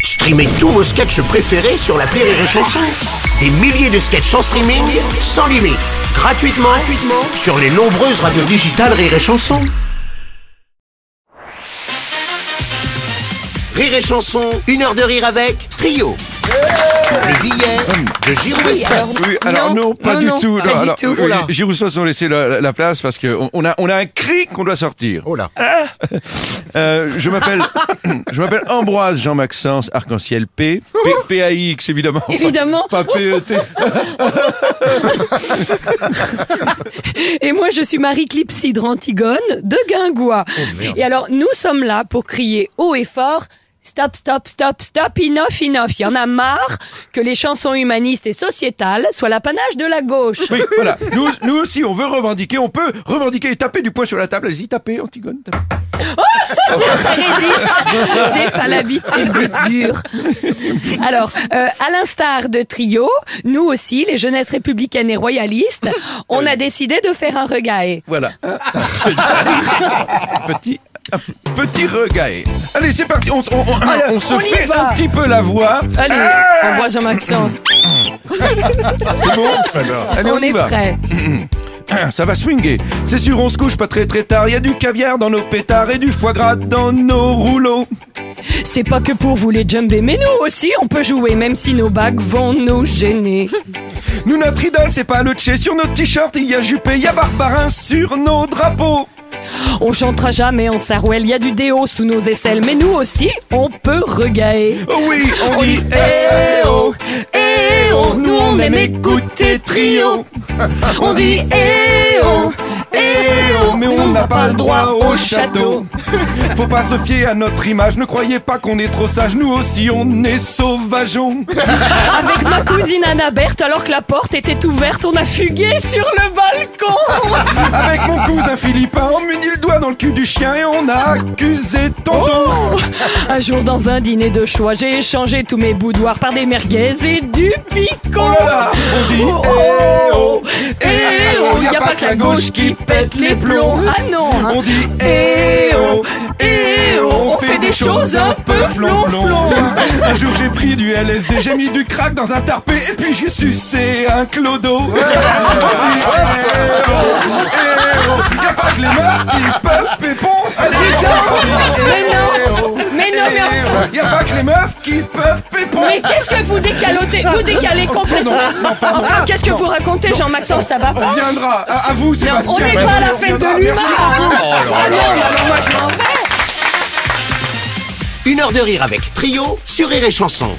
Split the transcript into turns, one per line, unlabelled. Streamez tous vos sketchs préférés sur la Rire et Chanson. Des milliers de sketchs en streaming, sans limite, gratuitement, gratuitement sur les nombreuses radios digitales Rire et Chanson. Rire et Chanson, une heure de rire avec Trio. Les billets de Giro Estes.
Oui, alors non,
Non,
pas
non,
du
non,
tout.
pas
Non,
du
alors,
tout,
oui,
oula.
Giroud Sos ont laissé la, la place parce qu'on on a, on a un cri qu'on doit sortir.
Oh là.
Euh, je m'appelle, je m'appelle Ambroise Jean-Maxence Arc-en-Ciel P, P, PAX évidemment.
Oh. Évidemment. Oh.
Pas E PET.
Et moi, je suis Marie Clipsydre Antigone de Guingois.
Oh,
et alors, nous sommes là pour crier haut et fort. Stop, stop, stop, stop, enough, enough. Il y en a marre que les chansons humanistes et sociétales soient l'apanage de la gauche.
Oui, voilà. Nous, nous aussi, on veut revendiquer, on peut revendiquer et taper du poing sur la table. Allez-y, tapez, Antigone. tapez.
Ça résiste. J'ai pas l'habitude d'être dure. Alors, euh, à l'instar de Trio, nous aussi, les jeunesses républicaines et royalistes, on a décidé de faire un regaille.
Voilà. Un petit, un petit regaille. Allez, c'est parti. On, s- on- on-
Allez,
on se
on y
fait
va.
un petit peu la voix.
Allez, on voit Jean-Maxence.
C'est bon Allez, on,
On,
y
est
va.
prêt.
Hein, Ça va swinguer. C'est sûr, on se couche pas très très tard. Y a du caviar dans nos pétards et du foie gras dans nos rouleaux.
C'est pas que pour vous les djembés, mais nous aussi on peut jouer, même si nos bagues vont nous gêner.
Nous, notre idole, c'est pas le tché. Sur nos t-shirts, il y a Juppé, il y a Barbarin sur nos drapeaux.
On chantera jamais en sarouel, y a du déo sous nos aisselles, mais nous aussi on peut regailler.
Oh oui, on,
On
dit
dit
eh
eh
oh,
oh,
eh oh. Nous, on aime écouter trio.
On dit eh oh,
Eh oh, mais on n'a pas le droit au château. Faut pas se fier à notre image. Ne croyez pas qu'on est trop sage. Nous aussi, on est sauvageons.
Avec ma cousine Annabert, alors que la porte était ouverte, on a fugué sur le balcon.
Avec mon cousin Philippin, on munit le doigt dans le cul du chien et on a accusé tonton.
Un jour dans un dîner de choix, j'ai échangé tous mes boudoirs par des merguez et du
Oh
picon.
là là, on dit
Oh,
eh oh,
oh,
eh oh, y a pas que la gauche qui pète les plombs.
Ah non, hein.
On dit eh oh, eh oh, on fait des choses un peu flonflon.
hein.
Un jour j'ai pris du LSD, j'ai mis du crack dans un tarpé et puis j'ai sucé un clodo. On dit eh oh, eh oh, y a pas que les meufs qui peuvent pépon. Allez, on dit,
Mais
eh
non.
oh,
Mais non,
eh
mais enfin.
oh, y a pas que les meufs qui peuvent pépon.
Mais qu'est-ce que vous décalotez Vous décalez complètement. Enfin, qu'est-ce que vous racontez, Jean-Maxence Ça va
On
pas
viendra, à, à vous
Non,
Sébastien.
on n'est pas à la
On
fête
viendra.
de l'humain.
Merci beaucoup.
Ah non, mais alors moi je m'en vais.
Une heure de rire avec Trio sur Rire et Chanson.